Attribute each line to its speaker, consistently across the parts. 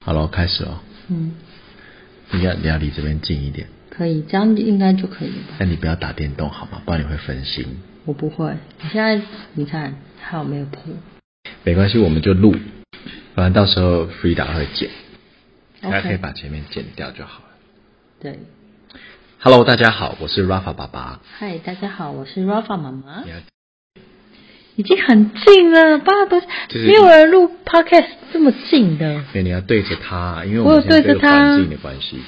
Speaker 1: 好了，开始了。
Speaker 2: 嗯，
Speaker 1: 你要你要离这边近一点，
Speaker 2: 可以，这样应该就可以了吧？
Speaker 1: 但你不要打电动好吗？不然你会分心。
Speaker 2: 我不会，你现在你看还有没有破？
Speaker 1: 没关系，我们就录，反正到时候 Frida 会剪，大家可以
Speaker 2: OK
Speaker 1: 把前面剪掉就好了。
Speaker 2: 对，
Speaker 1: Hello，大家好，我是 Rafa 爸爸。
Speaker 2: 嗨，大家好，我是 Rafa 妈妈
Speaker 1: 你，要
Speaker 2: 已经很近了，八个多，
Speaker 1: 是
Speaker 2: 没有人录 Podcast 这么近的。
Speaker 1: 对，你要对着他，因为
Speaker 2: 我
Speaker 1: 们
Speaker 2: 有
Speaker 1: 现在
Speaker 2: 对
Speaker 1: 这
Speaker 2: 着
Speaker 1: 个
Speaker 2: 他
Speaker 1: 环境的关系。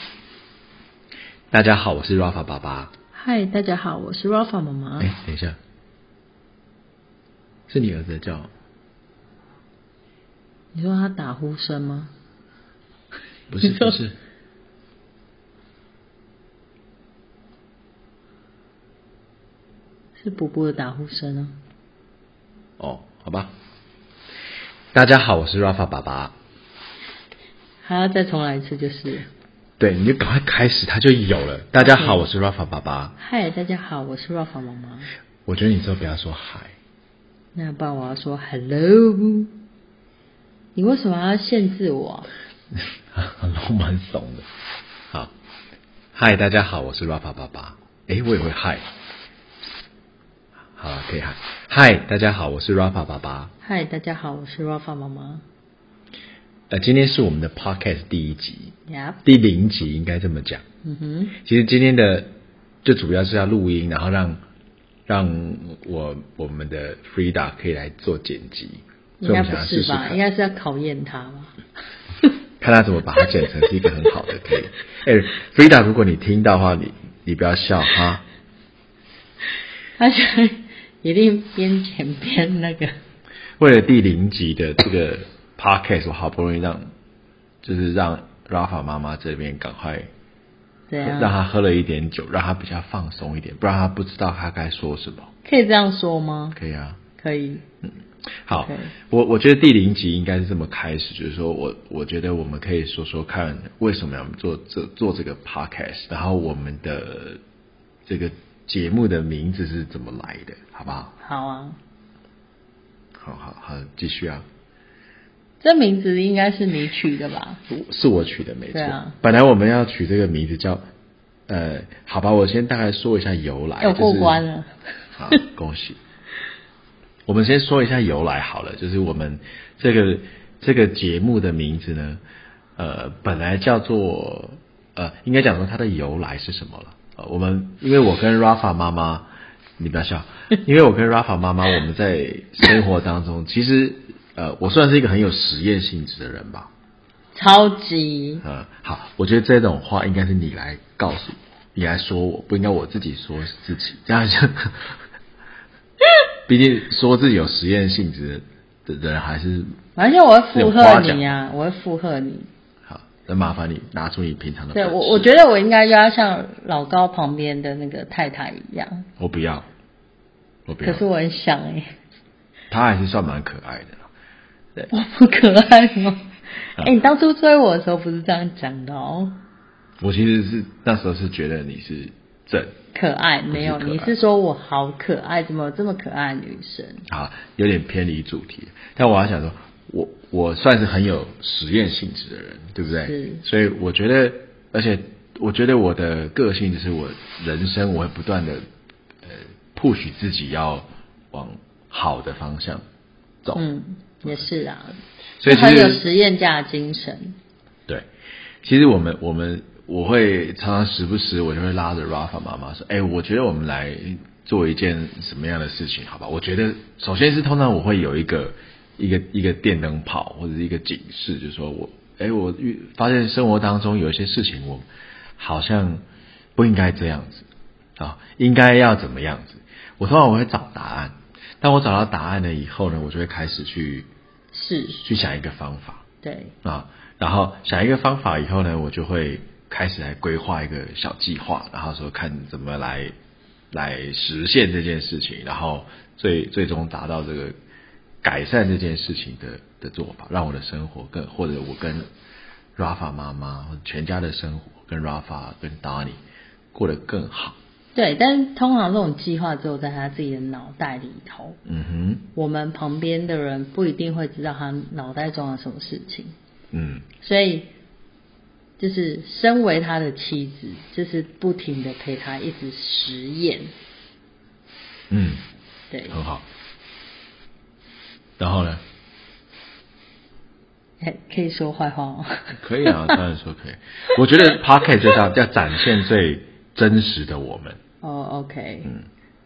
Speaker 1: 大家好，我是 Rafa 爸爸。
Speaker 2: 嗨，大家好，我是 Rafa 妈妈
Speaker 1: 哎、，等一下，是你儿子的叫哦，
Speaker 2: 你说他打呼声吗？
Speaker 1: 不是
Speaker 2: 你说
Speaker 1: 不是。
Speaker 2: 是布布的打呼声啊。
Speaker 1: 哦，好吧。大家好，我是 Rafa 爸爸。
Speaker 2: 还要再重来一次，就是
Speaker 1: 对，你就赶快开始，它就有了。大家好，
Speaker 2: OK
Speaker 1: 我是 Rafa 爸爸。
Speaker 2: 嗨，大家好，我是 Rafa 妈妈。
Speaker 1: 我觉得你之后不要说嗨，
Speaker 2: 那不然我要说 Hello，你为什么要限制我啊？
Speaker 1: 很龙蛮怂的。好，嗨，大家好，我是 Rafa 爸爸。诶，我也会嗨。好，可以嗨。嗨，大家好，我是 Rafa 爸爸。
Speaker 2: 嗨，大家好，我是 Rafa 妈妈。
Speaker 1: 呃，今天是我们的 Podcast 第一集，
Speaker 2: Yep，
Speaker 1: 第零集应该这么讲。
Speaker 2: 嗯哼，
Speaker 1: 其实今天的最主要是要录音，然后让让我我们的 Frida 可以来做剪辑，所以
Speaker 2: 应
Speaker 1: 我
Speaker 2: 该
Speaker 1: 们
Speaker 2: 不
Speaker 1: 想要试
Speaker 2: 是
Speaker 1: 试
Speaker 2: 吧？
Speaker 1: 看，
Speaker 2: 应该是要考验他吧？
Speaker 1: 看他怎么把它剪成是一个很好的可以。哎、f r i d a 如果你听到的话，你你不要笑哈，
Speaker 2: 他现在一定边剪边 那个，
Speaker 1: 为了第零集的这个 podcast，我好不容易让就是让 Rafa 妈妈这边赶快。
Speaker 2: 对
Speaker 1: 让
Speaker 2: 啊，
Speaker 1: 他喝了一点酒，让他比较放松一点，不然他不知道他该说什么。
Speaker 2: 可以这样说吗？
Speaker 1: 可以啊，
Speaker 2: 可以，
Speaker 1: 好
Speaker 2: OK，
Speaker 1: 我我觉得第零集应该是这么开始，就是说我我觉得我们可以说说看为什么要做这做这个 podcast，然后我们的这个节目的名字是怎么来的，好不好？
Speaker 2: 好啊。
Speaker 1: 好好好，继续啊，
Speaker 2: 这名字应该是你取的吧？
Speaker 1: 是我取的没错。
Speaker 2: 对啊
Speaker 1: 本来我们要取这个名字叫呃，好吧，我先大概说一下由来。
Speaker 2: 要过
Speaker 1: 就是
Speaker 2: 关了。
Speaker 1: 好，恭喜。我们先说一下由来好了，就是我们这个这个节目的名字呢，呃，本来叫做呃，应该讲说它的由来是什么了。呃、我们因为我跟 Rafa 妈妈，你不要 笑，因为我跟 Rafa 妈妈，我们在生活当中，其实呃，我算是一个很有实验性质的人吧。
Speaker 2: 超级
Speaker 1: 呃，好，我觉得这种话应该是你来告诉，你来说我，不应该我自己说自己，这样 就， 毕竟说自己有实验性质的的人还是
Speaker 2: 而且我会附
Speaker 1: 有
Speaker 2: 和
Speaker 1: 夸
Speaker 2: 你啊，我会附和你。
Speaker 1: 好，那麻烦你拿出你平常的本
Speaker 2: 对
Speaker 1: 事。
Speaker 2: 我，我觉得我应该就要像老高旁边的那个太太一样，
Speaker 1: 我不要，我不
Speaker 2: 可
Speaker 1: 要，
Speaker 2: 是我很想哎、
Speaker 1: 他还是算蛮可爱的啦。对， 啊
Speaker 2: 我不可爱吗？哎、你当初追我的时候不是这样讲的哦，
Speaker 1: 我其实是那时候是觉得你是正，
Speaker 2: 可爱没有？
Speaker 1: 不是可爱
Speaker 2: 你是说我好可爱？怎么有这么可爱的女生？
Speaker 1: 啊，有点偏离主题。但我还想说，我我算是很有实验性质的人，对不对
Speaker 2: 是？
Speaker 1: 所以我觉得，而且我觉得我的个性就是我人生我会不断的呃 push 自己要往好的方向走。
Speaker 2: 嗯，也是啊，
Speaker 1: 所以
Speaker 2: 就
Speaker 1: 其
Speaker 2: 很
Speaker 1: 实
Speaker 2: 有实验家的精神。
Speaker 1: 对，其实我们我们我会常常时不时我就会拉着 Rafa 妈妈说，哎，我觉得我们来做一件什么样的事情，好吧？我觉得首先是通常我会有一个一个一个电灯泡或者是一个警示，就是说我，哎，我遇发现生活当中有一些事情我好像不应该这样子啊，应该要怎么样子？我通常我会找答案，当我找到答案了以后呢，我就会开始去
Speaker 2: 是，
Speaker 1: 去想一个方法。
Speaker 2: 对，
Speaker 1: 啊，然后想一个方法以后呢，我就会开始来规划一个小计划，然后说看怎么来来实现这件事情，然后最最终达到这个改善这件事情的的做法，让我的生活更或者我跟 Rafa 妈妈或者全家的生活跟 Rafa 跟 Danny 过得更好。
Speaker 2: 对，但是通常这种计划只有在他自己的脑袋里头，
Speaker 1: 嗯哼，
Speaker 2: 我们旁边的人不一定会知道他脑袋装了什么事情。
Speaker 1: 嗯，
Speaker 2: 所以就是身为他的妻子，就是不停的陪他一直实验，
Speaker 1: 嗯，
Speaker 2: 对，
Speaker 1: 很好。然后呢？
Speaker 2: 哎可以说坏话哦。
Speaker 1: 可以啊，当 然说可以。我觉得 p o c k e t 就是要要展现最真实的我们，
Speaker 2: 哦，OK，
Speaker 1: 嗯，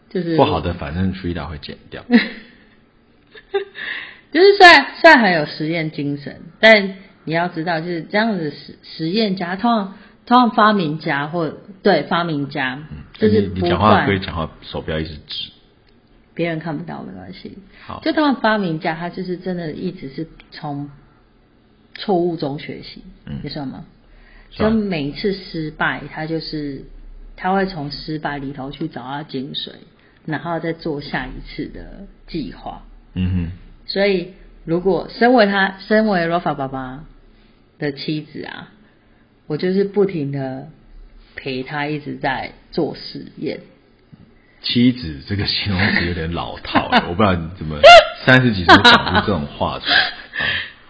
Speaker 2: 就是
Speaker 1: 不好的反正 Frida 会剪 掉。
Speaker 2: 就是虽然虽然很有实验精神，但你要知道，就是这样子实实验家，通常通常发明家或对发明家，就是
Speaker 1: 嗯你
Speaker 2: 不
Speaker 1: 你讲话
Speaker 2: 管
Speaker 1: 可以讲话，手不要一直指。
Speaker 2: 别人看不到没关系。
Speaker 1: 好，
Speaker 2: 就通常发明家，他就是真的一直是从错误中学习，
Speaker 1: 嗯
Speaker 2: 你知道吗？
Speaker 1: 是吧
Speaker 2: 就每一次失败，他就是他会从失败里头去找到精髓，然后再做下一次的计划。
Speaker 1: 嗯
Speaker 2: 所以，如果身为他，身为 Rafa 爸爸的妻子啊，我就是不停的陪他一直在做实验。
Speaker 1: 哼，妻子这个形容词有点老套 了，我不知道你怎么三十几岁讲出这种话出 来。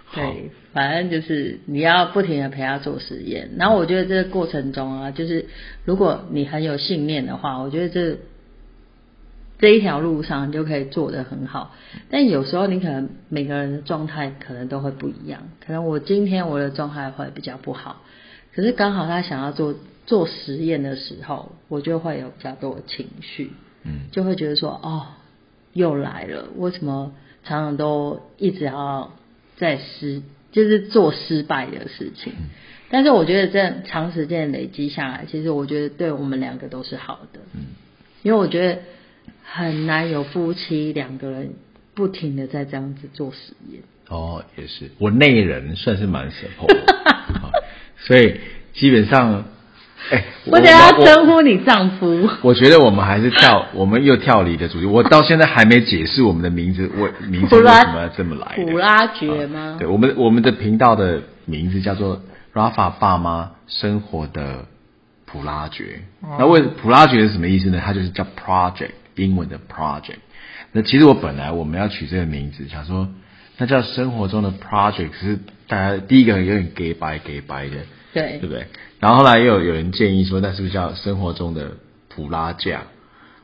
Speaker 1: 好好，
Speaker 2: 对，反正就是你要不停的陪他做实验。然后我觉得这个过程中啊，就是如果你很有信念的话，我觉得这这一条路上你就可以做得很好。但有时候你可能每个人的状态可能都会不一样，可能我今天我的状态会比较不好，可是刚好他想要做做实验的时候，我就会有比较多的情绪。
Speaker 1: 嗯
Speaker 2: 就会觉得说，哦，又来了，为什么常常都一直要在失，就是做失败的事情？
Speaker 1: 嗯
Speaker 2: 但是我觉得这长时间累积下来，其实我觉得对我们两个都是好的，
Speaker 1: 嗯，
Speaker 2: 因为我觉得很难有夫妻两个人不停的在这样子做实验。
Speaker 1: 哦，也是，我内人算是蛮 support，的 好所以基本上，哎，
Speaker 2: 我等下要
Speaker 1: 我
Speaker 2: 称呼你丈夫，
Speaker 1: 我觉得我们还是跳，我们又跳离的主题。我到现在还没解释我们的名字，我名字
Speaker 2: 普
Speaker 1: 为
Speaker 2: 拉
Speaker 1: 什么要这么来的？
Speaker 2: 普拉爵
Speaker 1: 啊
Speaker 2: 吗
Speaker 1: 对，我们我们的频道的名字叫做 Rafa 爸妈生活的普拉爵。那为普拉爵是什么意思呢？它就是叫 project，英文的 project。那其实我本来我们要取这个名字，想说那叫生活中的 project，可是大家第一个有点 gay 白 gay 白的，
Speaker 2: 对
Speaker 1: 对不对？然后后来又有有人建议说，那是不是叫生活中的普拉架？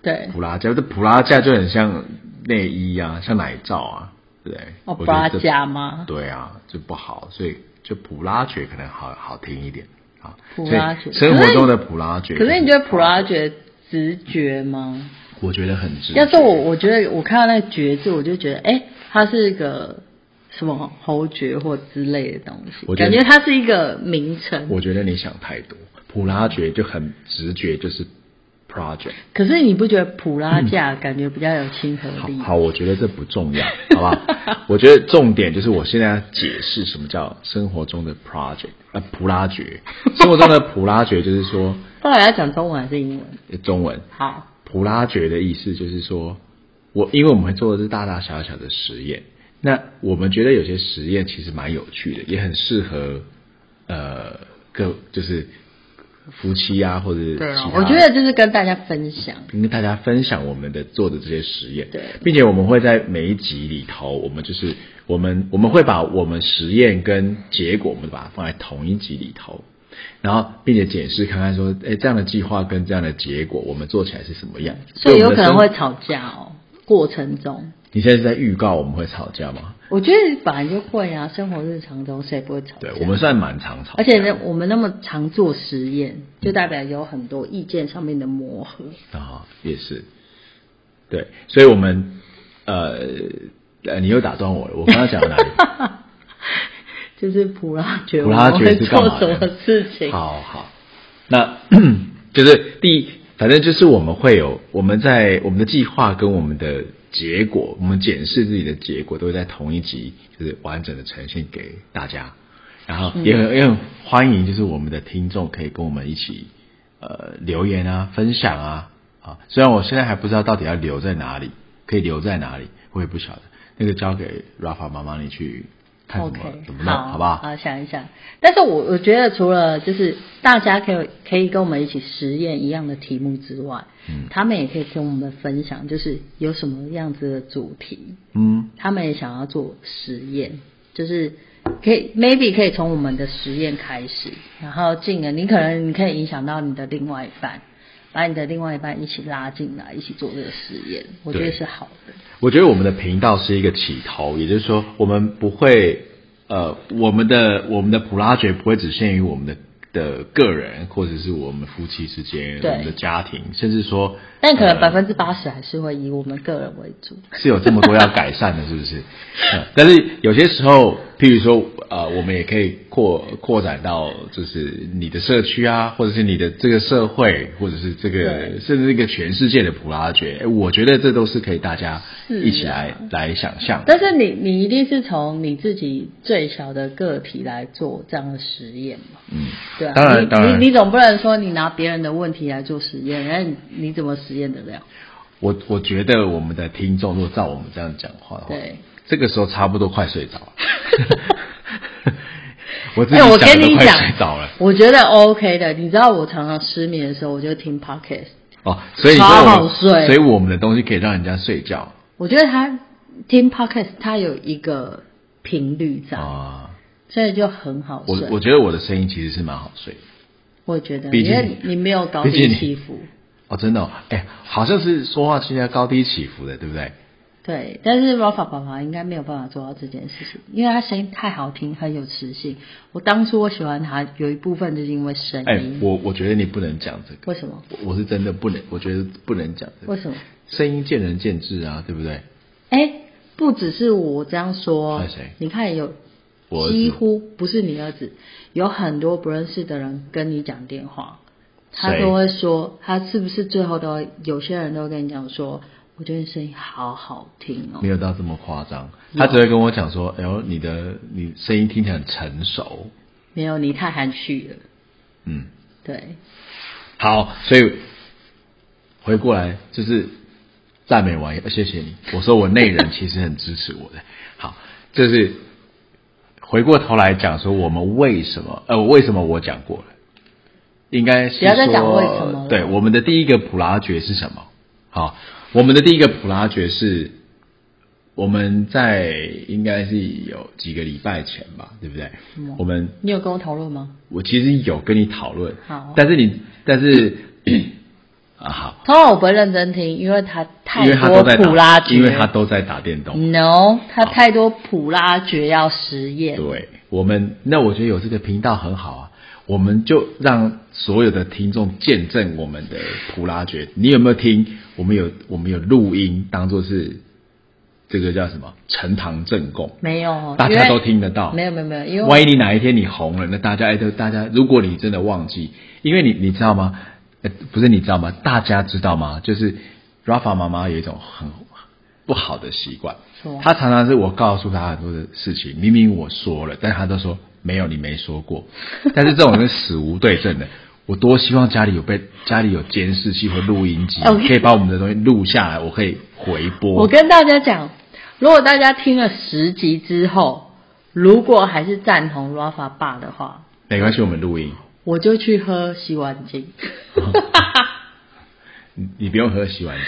Speaker 2: 对，
Speaker 1: 普拉架，这普拉架就很像内衣啊，像奶罩啊，对不对？
Speaker 2: 哦，
Speaker 1: 我
Speaker 2: 普
Speaker 1: 觉
Speaker 2: 拉
Speaker 1: 得这
Speaker 2: 家吗？
Speaker 1: 对啊，就不好，所以就普拉爵可能好好听一点啊。
Speaker 2: 普
Speaker 1: 所以
Speaker 2: 拉爵
Speaker 1: 生活中的普拉爵，
Speaker 2: 可是你觉得普拉爵直觉吗？
Speaker 1: 我觉得很值。
Speaker 2: 要是我，我觉得我看到那个爵字，我就觉得，哎、它是一个什么侯爵或之类的东西，
Speaker 1: 我觉得
Speaker 2: 感觉它是一个名称。
Speaker 1: 我觉得你想太多，普拉爵就很直觉，就是 project。
Speaker 2: 可是你不觉得普拉架感觉比较有亲和
Speaker 1: 嗯好
Speaker 2: 力？
Speaker 1: 好，我觉得这不重 要，好不好？我觉得重点就是我现在要解释什么叫生活中的 project，呃，普拉 爵。生活中的普拉爵就是说，
Speaker 2: 到底要讲中文还是英文？
Speaker 1: 呃中文
Speaker 2: 好，
Speaker 1: 普拉爵的意思就是说，我因为我们会做的是大大小小的实验，那我们觉得有些实验其实蛮有趣的，也很适合呃各就是夫妻啊，或者是
Speaker 2: 对
Speaker 1: 其
Speaker 2: 啊，
Speaker 1: 他
Speaker 2: 我觉得就是跟大家分享，
Speaker 1: 跟大家分享我们的做的这些实验，
Speaker 2: 对
Speaker 1: 并且我们会在每一集里头，我们就是我们我们会把我们实验跟结果，我们把它放在同一集里头，然后并且检视看看说，哎，这样的计划跟这样的结果，我们做起来是什么样？
Speaker 2: 所以有
Speaker 1: 我们
Speaker 2: 可
Speaker 1: 的
Speaker 2: 能
Speaker 1: 生
Speaker 2: 会吵架哦。过程中，
Speaker 1: 你现在是在预告我们会吵架吗？
Speaker 2: 我觉得本来就会啊，生活日常中谁不会吵架？
Speaker 1: 对，我们算蛮常吵架，
Speaker 2: 而且呢，我们那么常做实验，就代表有很多意见上面的磨合。
Speaker 1: 啊、也是，对，所以我们呃呃，你又打断我了，我刚刚讲到哪里？
Speaker 2: 就是普拉觉
Speaker 1: 普
Speaker 2: 我
Speaker 1: 拉
Speaker 2: 们
Speaker 1: 爵
Speaker 2: 会
Speaker 1: 是干
Speaker 2: 做
Speaker 1: 嘛
Speaker 2: 什
Speaker 1: 的
Speaker 2: 么事情。
Speaker 1: 好好，那 就是第一，反正就是我们会有我们在我们的计划跟我们的结果，我们检视自己的结果，都会在同一集就是完整的呈现给大家。然
Speaker 2: 嗯
Speaker 1: 后也很也很欢迎，就是我们的听众可以跟我们一起呃留言啊、分享啊啊。虽然我现在还不知道到底要留在哪里，可以留在哪里，我也不晓得。那个交给 Rafa 妈妈你去看怎么
Speaker 2: OK，
Speaker 1: 怎么弄，
Speaker 2: 好，
Speaker 1: 好不好？
Speaker 2: 好，想一想。但是我我觉得，除了就是大家可以可以跟我们一起实验一样的题目之外，
Speaker 1: 嗯
Speaker 2: 他们也可以跟我们分享，就是有什么样子的主题，
Speaker 1: 嗯
Speaker 2: 他们也想要做实验，就是可以，maybe 可以从我们的实验开始，然后进而你可能你可以影响到你的另外一半，把你的另外一半一起拉进来，一起做这个实验，我觉得
Speaker 1: 对
Speaker 2: 是好的。
Speaker 1: 我觉得我们的频道是一个起头，也就是说，我们不会呃，我们的我们的普拉觉不会只限于我们的的个人，或者是我们夫妻之间、
Speaker 2: 对
Speaker 1: 我们的家庭，甚至说，
Speaker 2: 但可能
Speaker 1: 呃
Speaker 2: 百分之八十还是会以我们个人为主。
Speaker 1: 是有这么多要改善的，是不是？ 呃但是有些时候，譬如说，呃，我们也可以扩扩展到，就是你的社区啊，或者是你的这个社会，或者是这个
Speaker 2: 对
Speaker 1: 甚至一个全世界的普拉觉，诶我觉得这都是可以大家
Speaker 2: 是
Speaker 1: 一起
Speaker 2: 啊
Speaker 1: 来、来想象的。
Speaker 2: 但是你你一定是从你自己最小的个体来做这样的实验嘛？
Speaker 1: 嗯，
Speaker 2: 对啊，
Speaker 1: 当然
Speaker 2: 你
Speaker 1: 当然
Speaker 2: 你你总不能说你拿别人的问题来做实验，然后你你怎么实验得了？
Speaker 1: 我我觉得我们的听众，如果照我们这样讲话的话，
Speaker 2: 对，
Speaker 1: 这个时候差不多快睡着 了。我自己
Speaker 2: 哎、我
Speaker 1: 想的
Speaker 2: 跟
Speaker 1: 都
Speaker 2: 你
Speaker 1: 快
Speaker 2: 讲
Speaker 1: 睡着了，
Speaker 2: 我觉得 OK 的。你知道我常常失眠的时候，我就听 podcast，
Speaker 1: 哦，所以
Speaker 2: 超
Speaker 1: 所以我
Speaker 2: 好睡
Speaker 1: 所以我们的东西可以让人家睡觉
Speaker 2: 我觉得他听 podcast 它有一个频率在，
Speaker 1: 啊。
Speaker 2: 所以就很好
Speaker 1: 我
Speaker 2: 睡。
Speaker 1: 我觉得我的声音其实是蛮好睡的
Speaker 2: 我觉得，
Speaker 1: 毕竟
Speaker 2: 因为你没有高
Speaker 1: 毕竟
Speaker 2: 低
Speaker 1: 你
Speaker 2: 起伏，
Speaker 1: 哦，真的、哦，哎，好像是说话现在高低起伏的，对不对？
Speaker 2: 对。但是 Rafa 爸爸应该没有办法做到这件事情，因为他声音太好听，很有磁性。我当初我喜欢他，有一部分就是因为声
Speaker 1: 哎
Speaker 2: 音。，
Speaker 1: 我我觉得你不能讲这个，
Speaker 2: 为什么？
Speaker 1: 我我是真的不能，我觉得不能讲这个，
Speaker 2: 为什么？
Speaker 1: 声音见仁见智啊，对不对？
Speaker 2: 哎，不只是我这样说
Speaker 1: 那谁，
Speaker 2: 你看有
Speaker 1: 我儿子
Speaker 2: 几乎不是你儿子，有很多不认识的人跟你讲电话，他
Speaker 1: 谁
Speaker 2: 都会说，他是不是最后都会有些人都会跟你讲说，我觉得你声音好好听哦
Speaker 1: 没。有到这么夸张，他只会跟我讲说：“哎呦，你的你声音听起来很成熟。
Speaker 2: 没有，你太含蓄了。”
Speaker 1: 嗯，
Speaker 2: 对，
Speaker 1: 好，所以回过来就是赞美完，谢谢你。我说我内人其实很支持我的。好，就是回过头来讲说，我们为什么？呃，为什么我讲过了？应该是
Speaker 2: 不要再讲
Speaker 1: 说
Speaker 2: 为什么了
Speaker 1: 对，我们的第一个普拉觉是什么？好，我们的第一个普拉觉是。我们在应该是有几个礼拜前吧，对不对？
Speaker 2: 嗯
Speaker 1: 我们
Speaker 2: 你有跟我讨论吗？
Speaker 1: 我其实有跟你讨论，
Speaker 2: 好
Speaker 1: 但是你，但是 啊好，
Speaker 2: 通常我不会认真听，因为他太
Speaker 1: 因为他都
Speaker 2: 多
Speaker 1: 在
Speaker 2: 普拉嗯
Speaker 1: 打，
Speaker 2: 觉，
Speaker 1: 因为他都在打电动，
Speaker 2: no，他太多普拉觉要实验。
Speaker 1: 对我们，那我觉得有这个频道很好啊，我们就让所有的听众见证我们的普拉觉，你有没有听？我们有，我们有录音，当做是这个叫什么呈堂证供，
Speaker 2: 没有，
Speaker 1: 大
Speaker 2: 哦因
Speaker 1: 家
Speaker 2: 为
Speaker 1: 都听得到，
Speaker 2: 没有没有没有，因为
Speaker 1: 万一你哪一天你红了，那大家哎，都大家，如果你真的忘记，因为你你知道吗？呃，不是你知道吗？大家知道吗？就是 Rafa 妈妈有一种很不好的习惯
Speaker 2: 什么，
Speaker 1: 她常常是我告诉她很多的事情，明明我说了，但她都说没有，你没说过。但是这种人是死无对证的。我多希望家里有被家里有监视器和录音机，
Speaker 2: 哎我跟
Speaker 1: 可以把我们的东西录下来，我可以回播。
Speaker 2: 我跟大家讲，如果大家听了十集之后，如果还是赞同 Rafa 爸的话，
Speaker 1: 没关系，我们录音，
Speaker 2: 我就去喝洗碗精。
Speaker 1: 你你不用喝洗碗巾，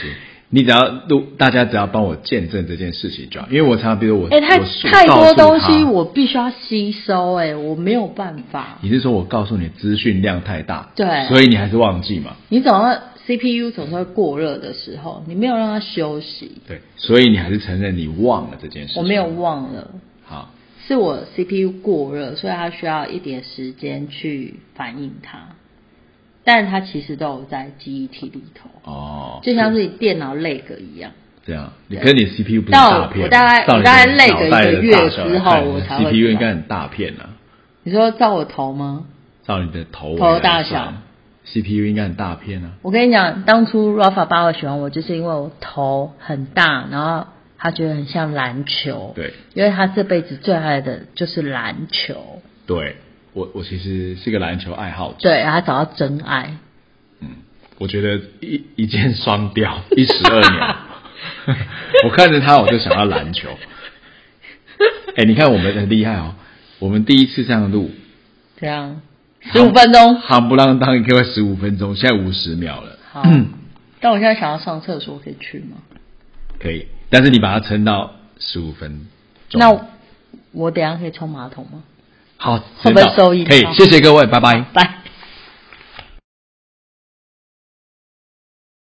Speaker 1: 你只要录，大家只要帮我见证这件事情就好。因为我常常，比如我，
Speaker 2: 哎、太
Speaker 1: 我诉
Speaker 2: 太多
Speaker 1: 告
Speaker 2: 东西
Speaker 1: 诉他
Speaker 2: 我必须要吸收、哎，我没有办法。
Speaker 1: 啊你是说我告诉你资讯量太大，
Speaker 2: 对
Speaker 1: 所以你还是忘记嘛？
Speaker 2: 你总要 CPU 总是会过热的时候，你没有让它休息。
Speaker 1: 对，所以你还是承认你忘了这件事情。
Speaker 2: 我没有。忘了，
Speaker 1: 好，
Speaker 2: 是我 CPU 过热，所以它需要一点时间去反应它，但它其实都有在记忆体里头。
Speaker 1: 哦，
Speaker 2: 就像是你电脑累个一样。
Speaker 1: 这样。你跟你 CPU 不是大
Speaker 2: 到
Speaker 1: 片吗，
Speaker 2: 我大概
Speaker 1: 照你
Speaker 2: 我大概
Speaker 1: 的
Speaker 2: 累
Speaker 1: 脑
Speaker 2: 个一
Speaker 1: 袋
Speaker 2: 个
Speaker 1: 的
Speaker 2: 月
Speaker 1: 大小
Speaker 2: 之
Speaker 1: 来
Speaker 2: 后
Speaker 1: 看
Speaker 2: 我
Speaker 1: 你的
Speaker 2: 才会
Speaker 1: CPU
Speaker 2: 知
Speaker 1: 应
Speaker 2: 道
Speaker 1: 该很大片啊，
Speaker 2: 你说照我头吗？
Speaker 1: 照你的头啊
Speaker 2: 头
Speaker 1: 围
Speaker 2: 大
Speaker 1: 来
Speaker 2: 小
Speaker 1: 算，CPU 应该很大片啊。
Speaker 2: 我跟你讲，当初 Rafa 爸爸喜欢我，就是因为我头很大，然后他觉得很像篮球。
Speaker 1: 对，
Speaker 2: 因为他这辈子最爱的就是篮球，
Speaker 1: 对，我我其实是个篮球爱好者。
Speaker 2: 对，他找到真爱。
Speaker 1: 嗯，我觉得一一箭双 雕，一石二鸟。我看着他，我就想到篮球。哎、你看我们很厉害哦，我们第一次这样录，
Speaker 2: 这样，十五分钟。
Speaker 1: 夯不啷当，给我十五分钟，现在五十秒了，嗯
Speaker 2: 好，但我现在想要上厕所，可以去吗？
Speaker 1: 可以。但是你把它撑到十五分钟，
Speaker 2: 那我我等一下可以冲马桶吗？
Speaker 1: 好，
Speaker 2: 会不会
Speaker 1: 知道
Speaker 2: 收益
Speaker 1: 可以
Speaker 2: 好，
Speaker 1: 谢谢各位，拜拜。
Speaker 2: 拜。